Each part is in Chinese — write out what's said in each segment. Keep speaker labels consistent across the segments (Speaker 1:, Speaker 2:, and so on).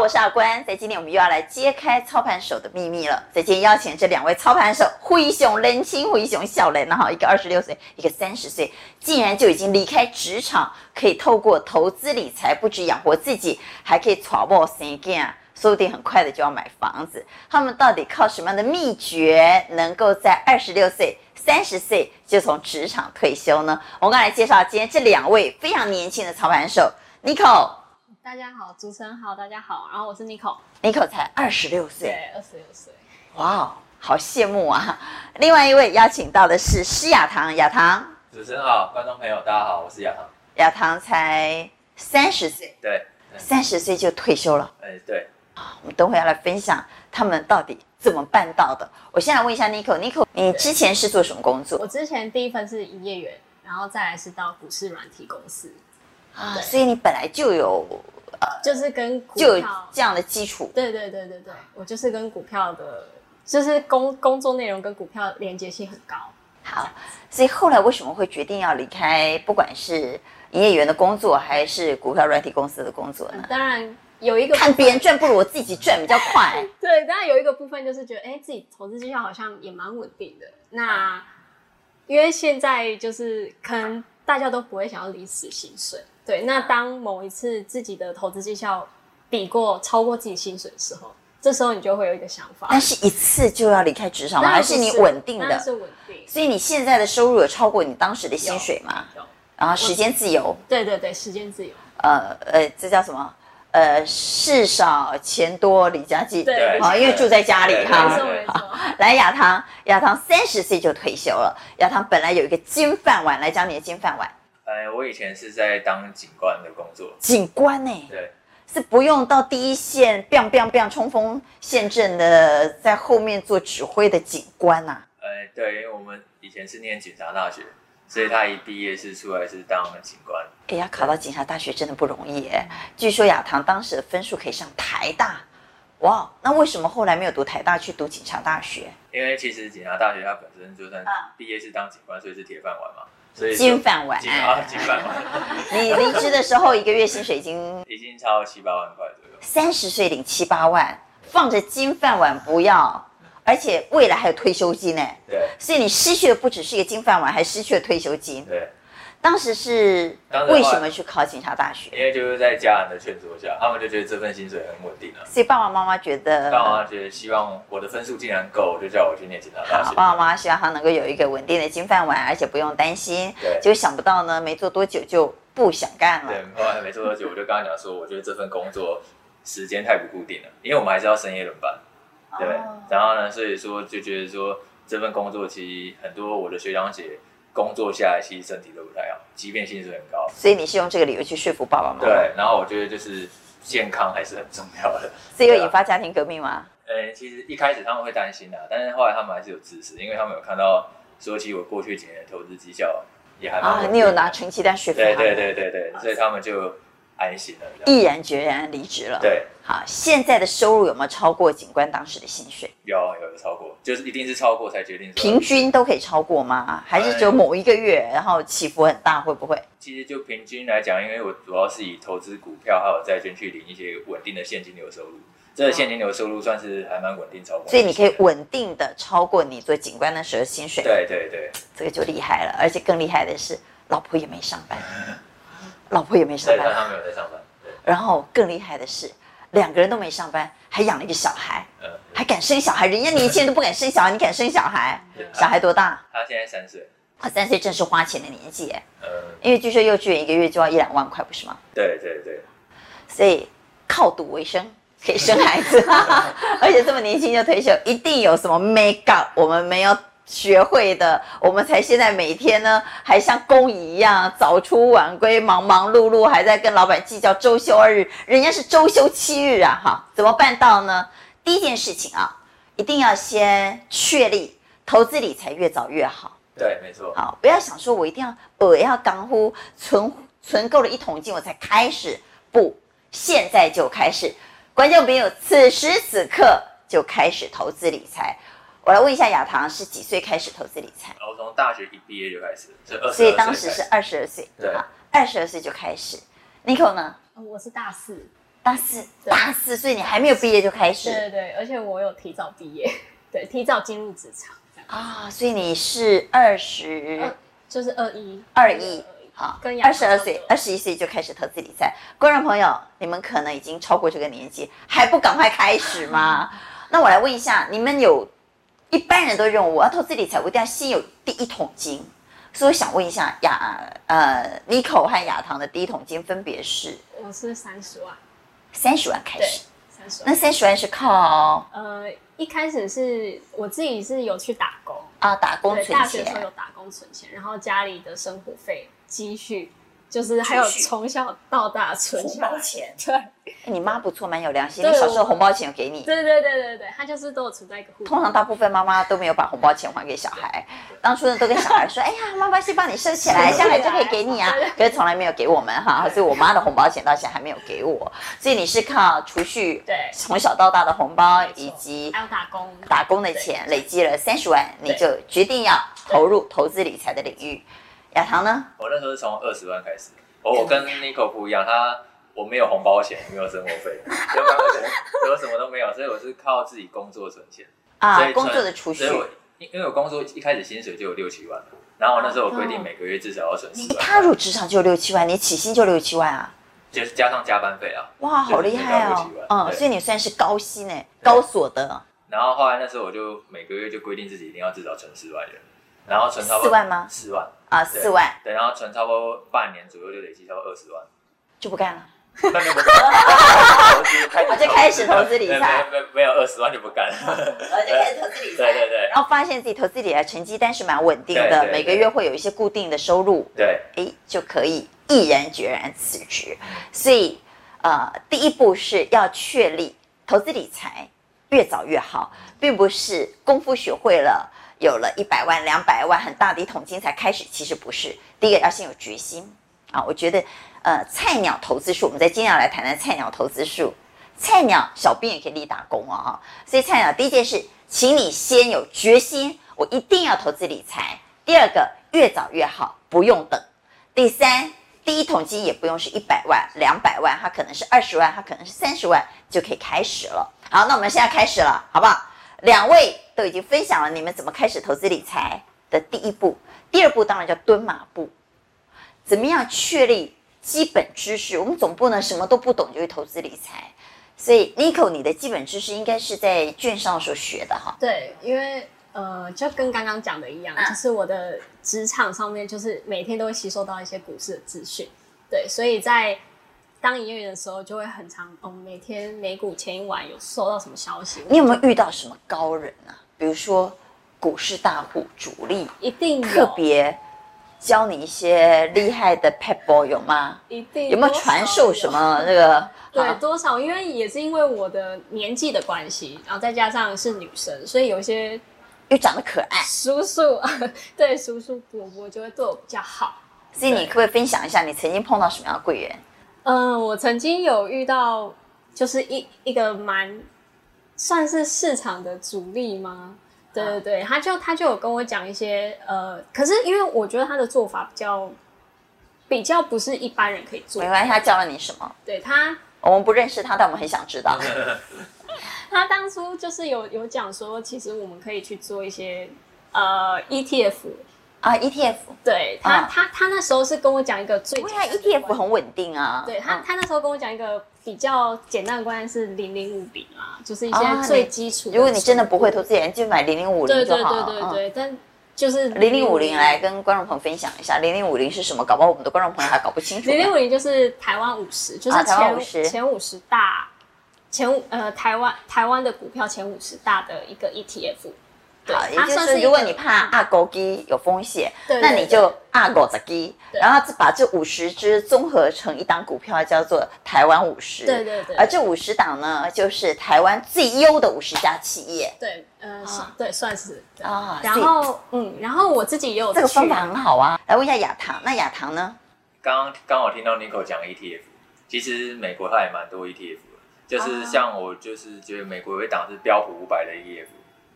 Speaker 1: 我是阿关，在今天我们又要来揭开操盘手的秘密了。在今天邀请这两位操盘手，灰熊人青，灰熊笑人，然后一个二十六岁，一个三十岁，竟然就已经离开职场，可以透过投资理财不止养活自己，还可以炒爆生根，说不啊定很快的就要买房子。他们到底靠什么样的秘诀，能够在二十六岁？三十岁就从职场退休呢？我们刚才介绍今天这两位非常年轻的操盘手，Nico
Speaker 2: 大家好，主持人好，大家好，然后我是 Nico，
Speaker 1: Nico 才二十六岁，，
Speaker 2: 二十六岁，
Speaker 1: 哇哦，好羡慕啊！另外一位邀请到的是施雅堂，雅堂，
Speaker 3: 主持人好，观众朋友大家好，我是亚航。
Speaker 1: 雅堂才三十岁，
Speaker 3: 对，对
Speaker 1: 三十岁就退休了。
Speaker 3: 哎、对，
Speaker 1: 我们等会要来分享他们到底怎么办到的。我现在问一下 Nico，Nico，你之前是做什么工作
Speaker 2: 我之前第一份是营业员，然后再来是到股市软体公司，
Speaker 1: 啊？所以你本来就有
Speaker 2: 就是跟股
Speaker 1: 就有
Speaker 2: 票，
Speaker 1: 这样的基础
Speaker 2: 对对对对对，我就是跟股票的，就是工工作内容跟股票连接性很高。
Speaker 1: 好，所以后来为什么会决定要离开，不管是营业员的工作，还是股票软体公司的工作呢？
Speaker 2: 当然有一个
Speaker 1: 看别人赚不如我自己赚比较快。
Speaker 2: 对，当然有一个部分就是觉得，哎，自己投资绩效好像也蛮稳定的。那因为现在就是可能大家都不会想要离死薪水，对。那当某一次自己的投资绩效比过超过自己薪水的时候，这时候你就会有一个想法，
Speaker 1: 但是一次就要离开职场吗？
Speaker 2: 当
Speaker 1: 还
Speaker 2: 然不
Speaker 1: 是你稳定
Speaker 2: 当然
Speaker 1: 的？
Speaker 2: 是稳定。
Speaker 1: 所以你现在的收入有超过你当时的薪水吗？
Speaker 2: 有
Speaker 1: 然后时间自由，
Speaker 2: 对对对，时间自由，
Speaker 1: 呃呃，这叫什么？呃，事少钱多离家近。啊
Speaker 2: 对
Speaker 3: 对
Speaker 1: 好，因为住在家里
Speaker 3: 对
Speaker 2: 没
Speaker 1: 哈
Speaker 2: 错。没错。
Speaker 1: 来亚堂，亚堂三十岁就退休了。亚堂本来有一个金饭碗，来讲你的金饭碗，
Speaker 3: 哎、我以前是在当警官的工作，
Speaker 1: 警官呢、
Speaker 3: 对，
Speaker 1: 是不用到第一线 biang biang biang 冲锋陷阵的，在后面做指挥的啊警官呐、
Speaker 3: 哎、对，因为我们以前是念警察大学，所以他一毕业是出来是当警官，
Speaker 1: 哎呀，考到警察大学真的不容易耶！据说亚堂当时的分数可以上台大，哇，那为什么后来没有读台大，去读警察大学？
Speaker 3: 因为其实警察大学它本身就算
Speaker 1: 啊
Speaker 3: 毕业是当警官，所以是铁饭碗嘛，所以就
Speaker 1: 金饭碗，
Speaker 3: 金啊金饭 碗，
Speaker 1: 你离职的时候一个月薪水已经
Speaker 3: 已经超七八万块左右，
Speaker 1: 三十岁领七八万，放着金饭碗不要，而且未来还有退休金呢。
Speaker 3: 对
Speaker 1: 所以你失去的不只是一个金饭碗，还失去了退休金。
Speaker 3: 对，
Speaker 1: 当时是
Speaker 3: 当时的话
Speaker 1: 为什么去考警察大学？
Speaker 3: 因为就是在家人的劝阻下，他们就觉得这份薪水很稳定啊。
Speaker 1: 所以爸爸妈妈觉得，
Speaker 3: 爸妈觉得希望我的分数竟然够，就叫我去念警察大
Speaker 1: 好，爸啊爸
Speaker 3: 学。
Speaker 1: 妈妈希望他能够有一个稳定的金饭碗，而且不用担心。
Speaker 3: 对
Speaker 1: 结果想不到呢，没做多久就不想干了
Speaker 3: 对。，后来没做多久，我就跟他讲说，我觉得这份工作时间太不固定了，因为我们还是要深夜轮班。对，
Speaker 1: 哦
Speaker 3: 然后呢，所以说就觉得说这份工作其实很多我的学长姐工作下来，其实身体都不太好，即便薪水很高。
Speaker 1: 所以你是用这个理由去说服爸爸妈妈，
Speaker 3: 对，然后我觉得就是健康还是很重要的。
Speaker 1: 所以又引发家庭革命吗？
Speaker 3: 呃，其实一开始他们会担心的、但是后来他们还是有支持，因为他们有看到说，其实我过去几年的投资绩效也还蛮稳
Speaker 1: 啊，
Speaker 3: 定的
Speaker 1: 你有拿成绩单说服
Speaker 3: 对
Speaker 1: 他
Speaker 3: 对
Speaker 1: 们，
Speaker 3: 对对对，所以他们就安心了。这样
Speaker 1: 毅然决然离职了。，
Speaker 3: 对，
Speaker 1: 好，现在的收入有没有超过警官当时的薪水？
Speaker 3: 有有超过，就是一定是超过才决定说。
Speaker 1: 平均都可以超过吗？还是只有某一个月，
Speaker 3: 哎
Speaker 1: 然后起伏很大，会不会？
Speaker 3: 其实就平均来讲，因为我主要是以投资股票还有债券去领一些稳定的现金流收入，这个现金流收入算是还蛮稳定超过。
Speaker 1: 所以你可以。稳定的超过你做警官的时候的薪水。
Speaker 3: 对对对
Speaker 1: 这个就厉害了。而且更厉害的是，老婆也没上班，老婆也没上
Speaker 3: 对，啊但
Speaker 1: 班。
Speaker 3: 他没有在上班。呃对，
Speaker 1: 然后更厉害的是，两个人都没上班，还养了一个小孩，
Speaker 3: 呃，
Speaker 1: 还敢生小孩。人家年轻人都不敢生小孩，你敢生小孩？小孩多大？
Speaker 3: 他现在三岁，
Speaker 1: 快三岁正是花钱的年纪耶，
Speaker 3: 呃，
Speaker 1: 因为据说幼稚园一个月就要一两万块，不是吗？
Speaker 3: 对对对，
Speaker 1: 所以靠赌为生，可以生孩子， 而且这么年轻就退休，一定有什么 make up 我们没有学会的，我们才现在每天呢还像公一样早出晚归，忙忙碌碌，还在跟老板计较周休二日，人家是周休七日啊，哈，怎么办到呢？第一件事情啊，一定要先确立投资理财越早越好。
Speaker 3: 对，没错，
Speaker 1: 好，不要想说我一定要我要港乎存存够了一桶金我才开始，不，现在就开始。观众朋友，此时此刻就开始投资理财。我来问一下亚堂是几岁开始投资理财？
Speaker 3: 哦我从大学一毕业就开始，所以二
Speaker 1: 所以当时是二十二岁，
Speaker 3: 对
Speaker 1: 啊，二十二岁就开始。Nico 呢？
Speaker 2: 哦呃我是大四，
Speaker 1: 大四，
Speaker 2: 对
Speaker 1: 大四，所以你还没有毕业就开
Speaker 2: 对
Speaker 1: 始
Speaker 2: 对对，而且我有提早毕业， 对，提早进入职场，这样
Speaker 1: 啊、所以你是二十
Speaker 2: 二就是二一
Speaker 1: 二一。好，
Speaker 2: 跟
Speaker 1: 二
Speaker 2: 杨
Speaker 1: 十
Speaker 2: 超
Speaker 1: 二
Speaker 2: 差不
Speaker 1: 岁、
Speaker 2: 多
Speaker 1: 二十一岁就开始投资理财。观众朋友，你们可能已经超过这个年纪，还不赶快开始 吗？那我来问一下，你们有一般人都认为我要投资理财，我一定要先有第一桶金，所以我想问一下亚呃 n i c o 和亚堂的第一桶金分别是
Speaker 2: 我是三十万，
Speaker 1: 三十万开
Speaker 2: 对
Speaker 1: 始，，
Speaker 2: 三十
Speaker 1: 那
Speaker 2: 万。
Speaker 1: 三十万是靠
Speaker 2: 呃，一开始是我自己是有去打工，
Speaker 1: 啊打工
Speaker 2: 对，
Speaker 1: 存
Speaker 2: 大学时候
Speaker 1: 钱，
Speaker 2: 有打工存钱，然后家里的生活费积蓄，就是还有
Speaker 1: 储蓄
Speaker 2: 从小到大存下来。
Speaker 1: 钱。
Speaker 2: 对
Speaker 1: 哎你妈不错，蛮有良心，
Speaker 2: 对
Speaker 1: 你小时候
Speaker 2: 我
Speaker 1: 红包钱有给你。
Speaker 2: 对对对对对，他就是都有存在一个户头。
Speaker 1: 通常大部分妈妈都没有把红包钱还给小孩，当初呢都跟小孩说：“哎呀， 妈妈先帮你收起
Speaker 3: 啊
Speaker 1: 来，将来就可以给你啊。”可是从来没有给我们哈，所以我妈的红包钱到现在还没有给我。所以你是靠储蓄，
Speaker 2: 对
Speaker 1: 从小到大的红包
Speaker 2: 没错
Speaker 1: 以及
Speaker 2: 还有打工，
Speaker 1: 打工的
Speaker 2: 对
Speaker 1: 钱累积了三十万，你
Speaker 2: 对
Speaker 1: 就决定要投入投资理财的领域。亚堂呢？
Speaker 3: 我那时候是从二十万开始，哦我我跟 Nico 不一样，他我没有红包钱，没有生活费， 要不然我可能我什么都没有，所以我是靠自己工作存钱。所
Speaker 1: 啊，
Speaker 3: 以
Speaker 1: 工作
Speaker 3: 存
Speaker 1: 的储蓄
Speaker 3: 所以。我因因为我工作一开始薪水就有六七万了，然后我那时候我规定
Speaker 2: 哦
Speaker 3: 每个月至少要存
Speaker 1: 你
Speaker 3: 四
Speaker 1: 一踏
Speaker 3: 万，
Speaker 1: 入职场就有六七万，你起薪就六七万啊！
Speaker 3: 就是加上加班费啊。
Speaker 1: 哇，好厉害哦
Speaker 3: 对就是！到六七万
Speaker 1: 嗯，
Speaker 3: 对
Speaker 1: 所以你算是高薪诶，高所得。
Speaker 3: 然后后来那时候我就每个月就规定自己一定要至少存四万元，然后存差不多
Speaker 1: 四万吗
Speaker 3: 四万，
Speaker 1: 啊，
Speaker 3: 对
Speaker 1: 四万
Speaker 3: 对，然后存差不多半年左右就累积到二十 万。
Speaker 1: 就不 干了。
Speaker 3: 那没有，投资开始
Speaker 1: 我就开始投资理财
Speaker 3: 没有没有没有二十万就不干了。
Speaker 1: 然哦后就开始投资理
Speaker 3: 对对对
Speaker 1: 然后发现自己投资理财成绩单是蛮稳定
Speaker 3: 对
Speaker 1: 的
Speaker 3: 对，对
Speaker 1: 每个月会有一些固定的收入，
Speaker 3: 对，
Speaker 1: 诶，哎就可以毅然决然辞职。所以，呃，第一步是要确立投资理财越早越好，并不是功夫学会了。有了一百万、两百万很大的一桶金才开始，其实不是。第一个要先有决心啊！我觉得，呃，菜鸟投资术，我们在今天要来谈谈菜鸟投资术。菜鸟小编也可以立打工哦，哈。所以菜鸟第一件事，请你先有决心，我一定要投资理财。第二个，越早越好，不用等。第三，第一桶金也不用是一百万、两百万，它可能是二十万，它可能是三十万就可以开始了。好，那我们现在开始了，好不好？两位都已经分享了你们怎么开始投资理财的第一步，第二步当然叫蹲马步，怎么样确立基本知识？我们总不能什么都不懂就去投资理财。所以 Nico，你的基本知识应该是在卷上所学的哈。
Speaker 2: 对，因为呃，就跟刚刚讲的一样，
Speaker 1: 嗯
Speaker 2: 就是我的职场上面，就是每天都会吸收到一些股市的资讯，对，所以在当营业员的时候，就会很常，哦，每天美股前一晚有收到什么消息，
Speaker 1: 你有没有遇到什么高人啊？比如说股市大户、主力，
Speaker 2: 一定有
Speaker 1: 特别教你一些厉害的 p e b b l e 有吗？
Speaker 2: 一定
Speaker 1: 有没有
Speaker 2: 多少
Speaker 1: 传授什
Speaker 2: 有
Speaker 1: 么那个？
Speaker 2: 对，
Speaker 1: 啊
Speaker 2: 多少？因为也是因为我的年纪的关系，然后再加上是女生，所以有一些
Speaker 1: 又长得可爱，
Speaker 2: 叔 叔，对叔叔伯伯就会对我比较好。
Speaker 1: 所以你可不可以分享一下你曾经碰到什么样的贵人？
Speaker 2: 嗯，我曾经有遇到，就是一一个蛮算是市场的主力吗？对对对，他就他就有跟我讲一些呃，可是因为我觉得他的做法比较比较不是一般人可以做
Speaker 1: 没，关系，他教了你什么？
Speaker 2: 对他
Speaker 1: 我们不认识他，但我们很想知道。
Speaker 2: 他当初就是有有讲说，其实我们可以去做一些呃 ETF，
Speaker 1: 啊，ETF，
Speaker 2: 对他、
Speaker 1: 啊
Speaker 2: 他他那时候是跟我讲一个最
Speaker 1: 因为
Speaker 2: 简
Speaker 1: 它
Speaker 2: 单的
Speaker 1: ETF
Speaker 2: 观
Speaker 1: E 很稳定啊。
Speaker 2: 对他
Speaker 1: 嗯
Speaker 2: 他那时候跟我讲一个比较简单的观念是零零五零啊，就是一
Speaker 1: 啊
Speaker 2: 些最
Speaker 1: 你
Speaker 2: 基础、
Speaker 1: 如果你真的不会投，资人，就买零零五
Speaker 2: 对
Speaker 1: 零
Speaker 2: 对
Speaker 1: 就好
Speaker 2: 对
Speaker 1: 了。
Speaker 2: 对
Speaker 1: 嗯
Speaker 2: 对，但就是
Speaker 1: 零零五零来跟观众朋友分享一下，零零五零是什么？搞不好我们的观众朋友还搞不清楚呢。
Speaker 2: 零零五零就是台湾五十，就
Speaker 1: 啊
Speaker 2: 是
Speaker 1: 台
Speaker 2: 前、
Speaker 1: 湾50
Speaker 2: 前五十大前五呃台湾台湾的股票前五十大的一个 ETF。对
Speaker 1: 啊好，也
Speaker 2: 它
Speaker 1: 就是
Speaker 2: 算
Speaker 1: 说，
Speaker 2: 一
Speaker 1: 如果
Speaker 2: 个嗯
Speaker 1: 你怕二狗鸡有风险，
Speaker 2: 对对
Speaker 1: 那你就二狗子鸡，
Speaker 2: 对
Speaker 1: 然后把这五十只综合成一档股票，叫做台湾五十。
Speaker 2: 对对对
Speaker 1: 而这五十档呢，就是台湾最优的五十家企业
Speaker 2: 对，呃，是
Speaker 1: 啊
Speaker 2: 对，算是对
Speaker 1: 啊
Speaker 2: 然
Speaker 1: 所以
Speaker 2: 后，嗯，然后我自己也有
Speaker 1: 这个
Speaker 2: 去
Speaker 1: 方法很好啊。来问一下亚堂，那亚堂呢？
Speaker 3: 刚刚刚好听到 Nico 讲 ETF，其实美国它也蛮多 ETF 的，
Speaker 1: 啊
Speaker 3: 就是像我就是觉得美国有一档是标普五百的 ETF，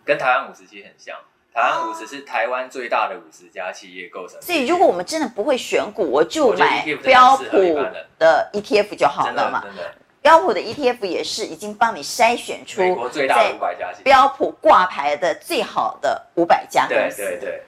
Speaker 3: 跟台湾五十其实很像。台湾五十是台湾最大的五十家企业构成的 ETF，
Speaker 1: 所以如果我们真的不会选股，我就
Speaker 3: 我觉得
Speaker 1: 买
Speaker 3: ETF 真的
Speaker 1: 标
Speaker 3: 很适合一
Speaker 1: 普
Speaker 3: 般人
Speaker 1: 的 ETF 就好
Speaker 3: 真
Speaker 1: 了
Speaker 3: 的
Speaker 1: 嘛。
Speaker 3: 真的
Speaker 1: 标普的 ETF 也是已经帮你筛选出
Speaker 3: 美国最大
Speaker 1: 在
Speaker 3: 的五百家企业，
Speaker 1: 标普挂牌的最好的五百家公
Speaker 3: 对
Speaker 1: 司，
Speaker 3: 对对，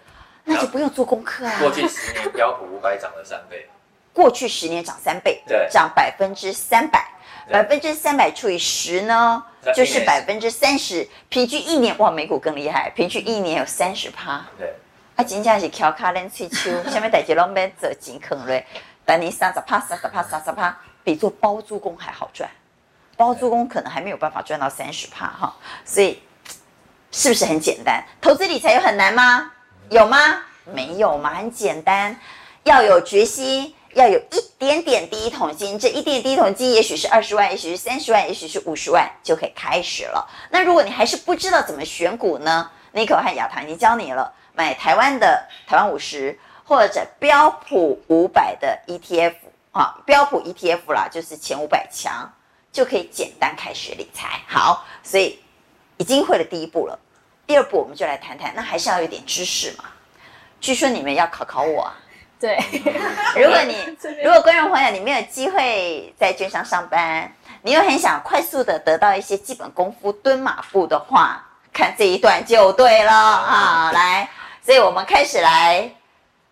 Speaker 1: 那就不用做功课啊。
Speaker 3: 过去十年标普五百涨了三倍，
Speaker 1: 过去十年涨三倍，
Speaker 3: 对
Speaker 1: 涨百分之三百，
Speaker 3: 对
Speaker 1: 百分之三百除以十呢
Speaker 3: 在，
Speaker 1: 就
Speaker 3: 一
Speaker 1: 是
Speaker 3: 年
Speaker 1: 百分之三十，平均一年哇，美股更厉害，平均一年有三十趴，
Speaker 3: 对，
Speaker 1: 啊，真正是翘卡咱吹 秋，下面代志拢免做钱坑嘞，但你三十趴、三十趴、三十趴，比做包租公还好赚，包租公可能还没有办法赚到三十趴哈，所以是不是很简单？投资理财有很难吗？有吗？没有嘛，很简单，要有决心，要有一点点第一桶金。这一点第一桶金，也许是二十万，也许是三十万，也许是五十万，就可以开始了。那如果你还是不知道怎么选股呢？Nico 和亚堂已经教你了，买台湾的台湾五十或者标普五百的 ETF 啊，标普 ETF 啦，就是前五百强，就可以简单开始理财。好，所以已经会了第一步了。第二步，我们就来谈谈，那还是要有点知识嘛。据说你们要考考我啊，
Speaker 2: 对，
Speaker 1: 如果你
Speaker 2: 这边
Speaker 1: 如果观众朋友你没有机会在券商上班，你又很想快速的得到一些基本功夫蹲马步的话，看这一段就对了啊！来，所以我们开始来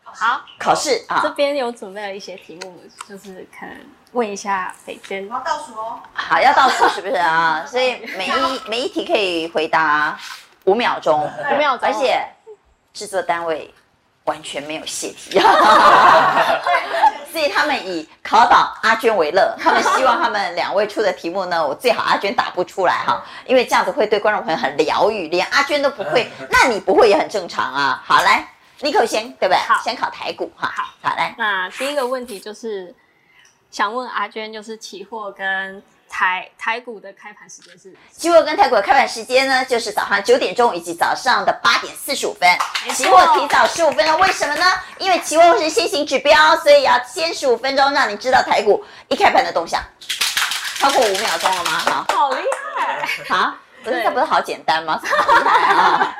Speaker 2: 好，
Speaker 1: 考试
Speaker 2: 这
Speaker 1: 啊。
Speaker 2: 边有准备了一些题目，就是可能问一下北娟
Speaker 4: 我，要倒数哦，
Speaker 1: 好，要倒数是不是啊？所以 每一每一题可以回答五秒钟，
Speaker 2: 五秒钟
Speaker 1: 而且制作单位完全没有泄题，所以他们以考倒阿娟为乐， 他们希望他们两位出的题目呢，我最好阿娟打不出来哈，因为这样子会对观众朋友很疗愈，连阿娟都不会，
Speaker 2: 嗯
Speaker 1: 那你不会也很正常啊。好，来，Nico 先，对不对？
Speaker 2: 好
Speaker 1: 先考台股哈。
Speaker 2: 好，
Speaker 1: 好来，
Speaker 2: 那第一个问题就是想问阿娟，就是期货跟台台股的开盘时间是？
Speaker 1: 期货跟台股的开盘时间呢，就是早上九点钟以及早上的八点四十五分。
Speaker 2: 没错
Speaker 1: 期货提早十五分钟，为什么呢？因为期货是先行指标，所以要先十五分钟让你知道台股一开盘的动向。超过五秒钟了吗？好，
Speaker 2: 好厉害！
Speaker 1: 好，不是
Speaker 2: 对
Speaker 1: 这不是好简单吗？好厉害啊！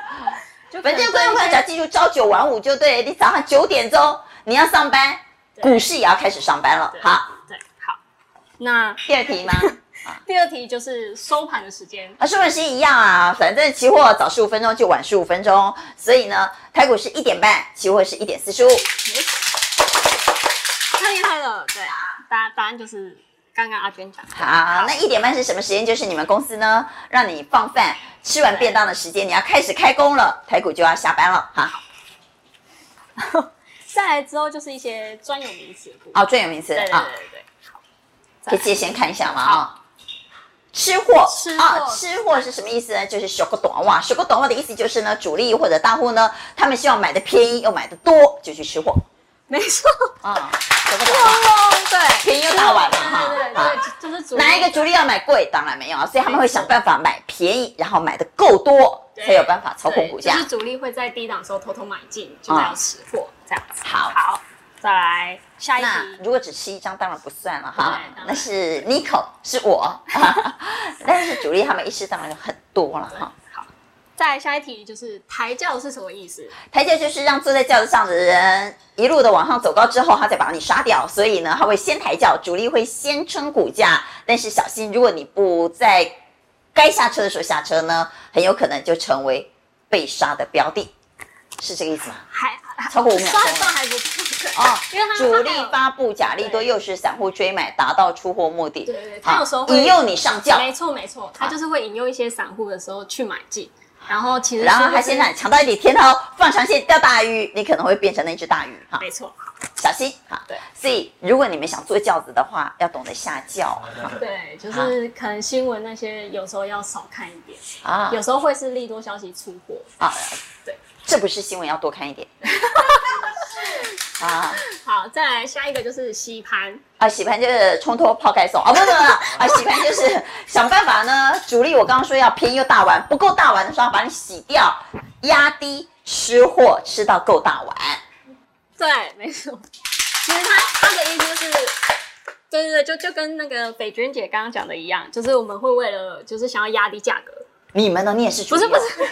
Speaker 2: 就可
Speaker 1: 反
Speaker 2: 能
Speaker 1: 正观众朋友只要记住朝九晚五就对了。你早上九点钟你要上班，
Speaker 2: 对
Speaker 1: 股市也要开始上班了。
Speaker 2: 对
Speaker 1: 好，
Speaker 2: 对，好。那
Speaker 1: 第二题吗？
Speaker 2: 第二题就是收盘的时间，
Speaker 1: 啊，是不是一样啊？反正期货早十五分钟就晚十五分钟，所以呢，台股是一点半，期货是一点四十五。
Speaker 2: 太厉害了！对，答答案就是刚刚阿娟讲的。
Speaker 1: 好，那一点半是什么时间？就是你们公司呢，让你放饭、吃完便当的时间，你要开始开工了，台股就要下班了哈。
Speaker 2: 再来之后就是一些专有名词的部分。
Speaker 1: 哦，专有名词
Speaker 2: 对对
Speaker 1: 啊，
Speaker 2: 对对对。好再
Speaker 1: 可以
Speaker 2: 来
Speaker 1: 直接先看一下嘛啊。吃货
Speaker 2: 吃货
Speaker 1: 啊，吃货是什么意思呢？就是小个短袜，小个短袜的意思就是呢，主力或者大户呢，他们希望买的便宜又买的多，就去吃货
Speaker 2: 没错，
Speaker 1: 啊，小个短袜。
Speaker 2: 对，
Speaker 1: 便宜又大碗嘛哈
Speaker 2: 对对
Speaker 1: 啊
Speaker 2: 对对，就是主
Speaker 1: 哪一个主力要买贵？当然没有啊，所以他们会想办法买便宜，然后买的够多，
Speaker 2: 对
Speaker 1: 才有办法操控股价啊
Speaker 2: 对。就是主力会在低档的时候偷偷买进，就是要吃货这样子。
Speaker 1: 好
Speaker 2: 好，再来下一
Speaker 1: 那
Speaker 2: 题。
Speaker 1: 如果只吃一张，当然不算了哈
Speaker 2: 对当然。
Speaker 1: 那是 Nico，是我， 但是主力他们一吃当然就很多了哈。
Speaker 2: 好，再来下一题就是抬轿是什么意思？
Speaker 1: 台阶就是让坐在轿子上的人一路的往上走高之后，他再把你杀掉，所以呢，他会先抬轿，主力会先撑股价，但是小心，如果你不在该下车的时候下车呢，很有可能就成为被杀的标的，是这个意思吗？
Speaker 2: 还
Speaker 1: 超过五秒钟
Speaker 2: 算
Speaker 1: 了
Speaker 2: 算还不错，
Speaker 1: 哦，
Speaker 2: 因为它
Speaker 1: 主力发布假利多，
Speaker 2: 对
Speaker 1: 诱使散户追买，达到出货目的。
Speaker 2: 对对对它有时候
Speaker 1: 好
Speaker 2: 会
Speaker 1: 啊引诱你上轿，啊
Speaker 2: 没错没错，它就是会引诱一些散户的时候去买进，然后其实
Speaker 1: 然后
Speaker 2: 是不
Speaker 1: 他
Speaker 2: 是
Speaker 1: 先让你尝到一点甜头，放长线钓大鱼，你可能会变成那只大鱼哈，
Speaker 2: 没错，
Speaker 1: 小心哈。
Speaker 2: 对，
Speaker 1: 所以如果你们想做轿子的话，要懂得下轿
Speaker 2: 对，就是可能新闻那些有时候要少看一点，
Speaker 1: 啊
Speaker 2: 有时候会是利多消息出货，
Speaker 1: 啊，
Speaker 2: 对，
Speaker 1: 这不是新闻，要多看一 点。啊
Speaker 2: 好，再来下一个就是吸盘，
Speaker 1: 啊！洗盘就是冲脱泡盖送哦，不不不不啊！洗盘就是想办法呢，主力我刚刚说要便宜又大碗，不够大碗的时候把你洗掉，压低吃货吃到够大碗。
Speaker 2: 对，没错。其实它它的意思就是，对对对，就就跟那个北娟姐刚刚讲的一样，就是我们会为了就是想要压低价格，
Speaker 1: 你们呢？你也是主
Speaker 2: 不
Speaker 1: 力
Speaker 2: 是
Speaker 1: 哦、
Speaker 2: 不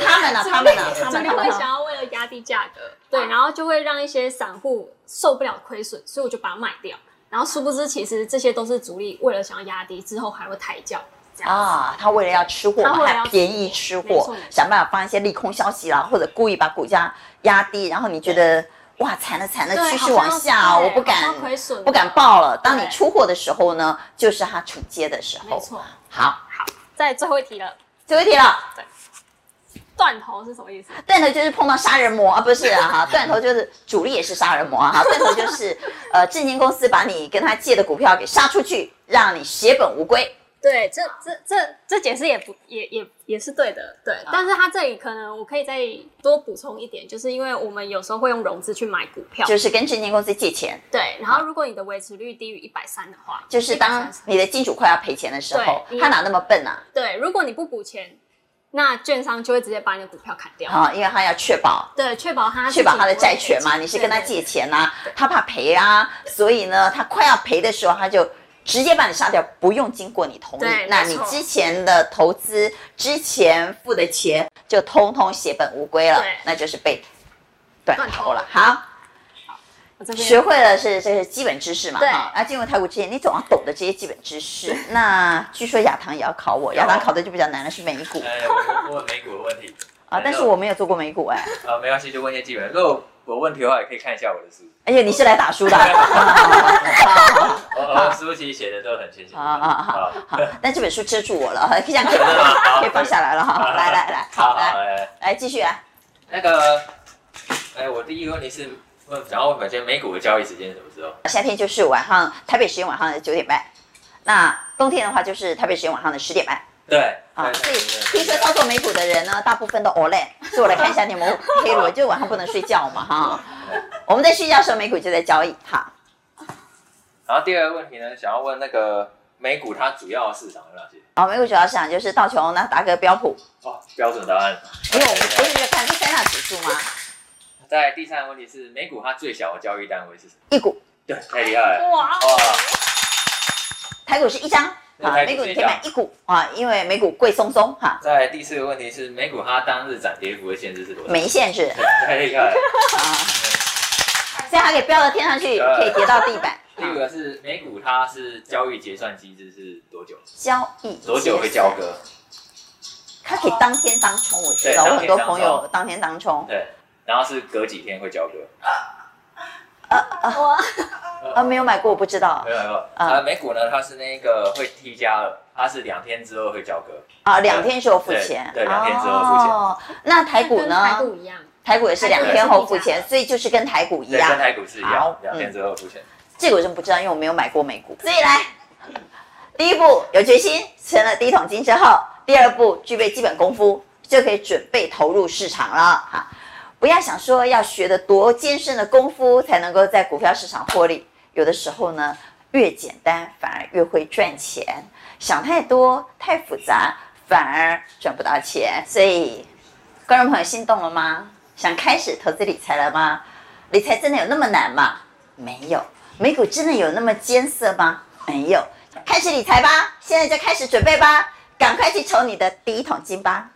Speaker 2: 是，
Speaker 1: 他们呢、啊他们呢、他
Speaker 2: 主
Speaker 1: 们啊
Speaker 2: 力
Speaker 1: 呢、
Speaker 2: 会想要为了压低价格，对，然后就会让一些散户受不了亏损，所以我就把它卖掉。然后殊不知，其实这些都是主力为了想要压低之后还会抬轿，这样子。
Speaker 1: 啊，他为了要吃货嘛，
Speaker 2: 他为了要
Speaker 1: 他便宜吃
Speaker 2: 没
Speaker 1: 货
Speaker 2: 错没，错
Speaker 1: 想办法放一些利空消息啦，或者故意把股价压低，然后你觉得哇惨了惨了，
Speaker 2: 对
Speaker 1: 趋势往下，
Speaker 2: 好像
Speaker 1: 我不
Speaker 2: 好
Speaker 1: 敢
Speaker 2: 像亏损了
Speaker 1: 不敢报了。当你
Speaker 2: 对
Speaker 1: 出货的时候呢，就是它出街的时
Speaker 2: 没
Speaker 1: 候。
Speaker 2: 错。
Speaker 1: 好，
Speaker 2: 再最后一题了，
Speaker 1: 最后一题了，
Speaker 2: 断头是什么意思？
Speaker 1: 断头就是碰到杀人魔啊，不是啊 哈，断头就是主力也是杀人魔啊哈，断头就是呃证券公司把你跟他借的股票给杀出去，让你血本无归。
Speaker 2: 对，这这这这解释也不也也也是对的，对。但是它这里可能我可以再多补充一点，就是因为我们有时候会用融资去买股票，
Speaker 1: 就是跟证券公司借钱，
Speaker 2: 对。然后如果你的维持率低于一百三的话，
Speaker 1: 就是当
Speaker 2: 130
Speaker 1: 你的金主快要赔钱的时候
Speaker 2: 对，你
Speaker 1: 他哪那么笨啊？
Speaker 2: 对，如果你不补钱，那券商就会直接把你的股票砍掉。
Speaker 1: 啊、因为他要确保
Speaker 2: 对，确保他
Speaker 1: 确保他的债权嘛，你是跟他
Speaker 2: 借。
Speaker 1: 借钱呐、他怕赔啊，所以呢，他快要赔的时候，他就直接把你杀掉，不用经过你同意
Speaker 2: 对，
Speaker 1: 那
Speaker 2: 没
Speaker 1: 你
Speaker 2: 错
Speaker 1: 之前的投资、之前付的钱就通通血本无归了
Speaker 2: 对，
Speaker 1: 那就是被断
Speaker 2: 断
Speaker 1: 头
Speaker 2: 头
Speaker 1: 了。好，
Speaker 2: 我这边
Speaker 1: 学会了是这是基本知识嘛，
Speaker 2: 对
Speaker 1: 哈。那进入台股之前，你总要懂得这些基本知 识。那据说亚堂也要考我，亚堂考的就比较难了，是美股
Speaker 3: 哎，我问美股的问题
Speaker 1: 啊，但是我没有做过美股哎、
Speaker 3: 啊，没关系，就问一些基本。如果有问题的话，也可以看一下我的 书。
Speaker 1: 而哎且你是来打书的啊。
Speaker 3: 我我书其实写的都很清晰。
Speaker 1: 啊啊啊
Speaker 3: 好，
Speaker 1: 好，但这本书遮住我了， 这样可以
Speaker 3: 真的吗 好
Speaker 1: 可以放下来了哈。
Speaker 3: 好
Speaker 1: 来来来，
Speaker 3: 好，
Speaker 1: 好
Speaker 3: 好
Speaker 1: 来
Speaker 3: 来
Speaker 1: 来继续啊来。
Speaker 3: 那个，哎，我第一个问题是问，想要问，现在美股的交易时间是什么时候？
Speaker 1: 夏天就是晚上台北时间晚上的九点半，那冬天的话就是台北时间晚上的十点半
Speaker 3: 对，
Speaker 1: 啊。所以听说操作美股的人呢，大部分都 all in，所以我来看一下你们黑罗，就晚上不能睡觉嘛 哈。我们在睡觉的时候，美股就在交易哈。
Speaker 3: 然后第二个问题呢，想要问那个美股它主要的市场有哪些？
Speaker 1: 好，美股主要市场就是道琼、纳斯达克、标普，
Speaker 3: 哦，标准答案。
Speaker 1: 因为我们不是就看这三大指数吗？
Speaker 3: 在第三个问题是美股它最小的交易单位是什么？
Speaker 1: 一股
Speaker 3: 对，太厉害了。
Speaker 2: 哇哦
Speaker 3: 哇，
Speaker 1: 台股是一张
Speaker 3: 那
Speaker 1: 啊，
Speaker 3: 台股
Speaker 1: 美股
Speaker 3: 是
Speaker 1: 你
Speaker 3: 一
Speaker 1: 可以买一股啊，因为美股贵松松哈，
Speaker 3: 在第四个问题是美股它当日涨跌幅的限制是多少？
Speaker 1: 没限制。
Speaker 3: 太厉害了。
Speaker 1: 啊，所以它可以飙到天上去，
Speaker 3: 对
Speaker 1: 可以跌到地 板。
Speaker 3: 第呃五个是美股它是交易结算机制是多久？
Speaker 1: 交易
Speaker 3: 多久会交？割？
Speaker 1: 它可以当天当冲，我知
Speaker 3: 对
Speaker 1: 道，我
Speaker 3: 当
Speaker 1: 很
Speaker 3: 天
Speaker 1: 多
Speaker 3: 当
Speaker 1: 朋
Speaker 3: 冲
Speaker 1: 友当天当冲。
Speaker 3: 对，然后是隔几天会交割？
Speaker 2: 哇，
Speaker 1: 呃，没有买过，我不知道
Speaker 3: 没有没有，
Speaker 1: 啊
Speaker 3: 啊，美股呢它是那个会 T 加二，它是两天之后会交割。
Speaker 1: 啊。两天之后付钱，
Speaker 3: 对对两天之后付钱
Speaker 1: 哦。那台股
Speaker 2: 跟台
Speaker 1: 呢？
Speaker 2: 股一样，
Speaker 1: 台股也是
Speaker 2: 台
Speaker 1: 两
Speaker 2: 股也
Speaker 1: 天
Speaker 2: 是
Speaker 1: 后
Speaker 2: 一
Speaker 1: 付
Speaker 2: 家
Speaker 1: 钱，所以就是跟台股一
Speaker 3: 对，跟
Speaker 1: 样。
Speaker 3: 台股市一
Speaker 1: 好嗯
Speaker 3: 样，两天之后出现。
Speaker 1: 这个我真不知道，因为我没有买过美股。所以来，第一步有决心，存了第一桶金之后，第二步具备基本功夫，就可以准备投入市场了哈。不要想说要学得多艰深的功夫才能够在股票市场获利，有的时候呢，越简单反而越会赚钱，想太多太复杂反而赚不到钱。所以，观众朋友心动了吗？想开始投资理财了吗？理财真的有那么难吗？没有，美股真的有那么艰涩吗？没有，开始理财吧，现在就开始准备吧，赶快去筹你的第一桶金吧。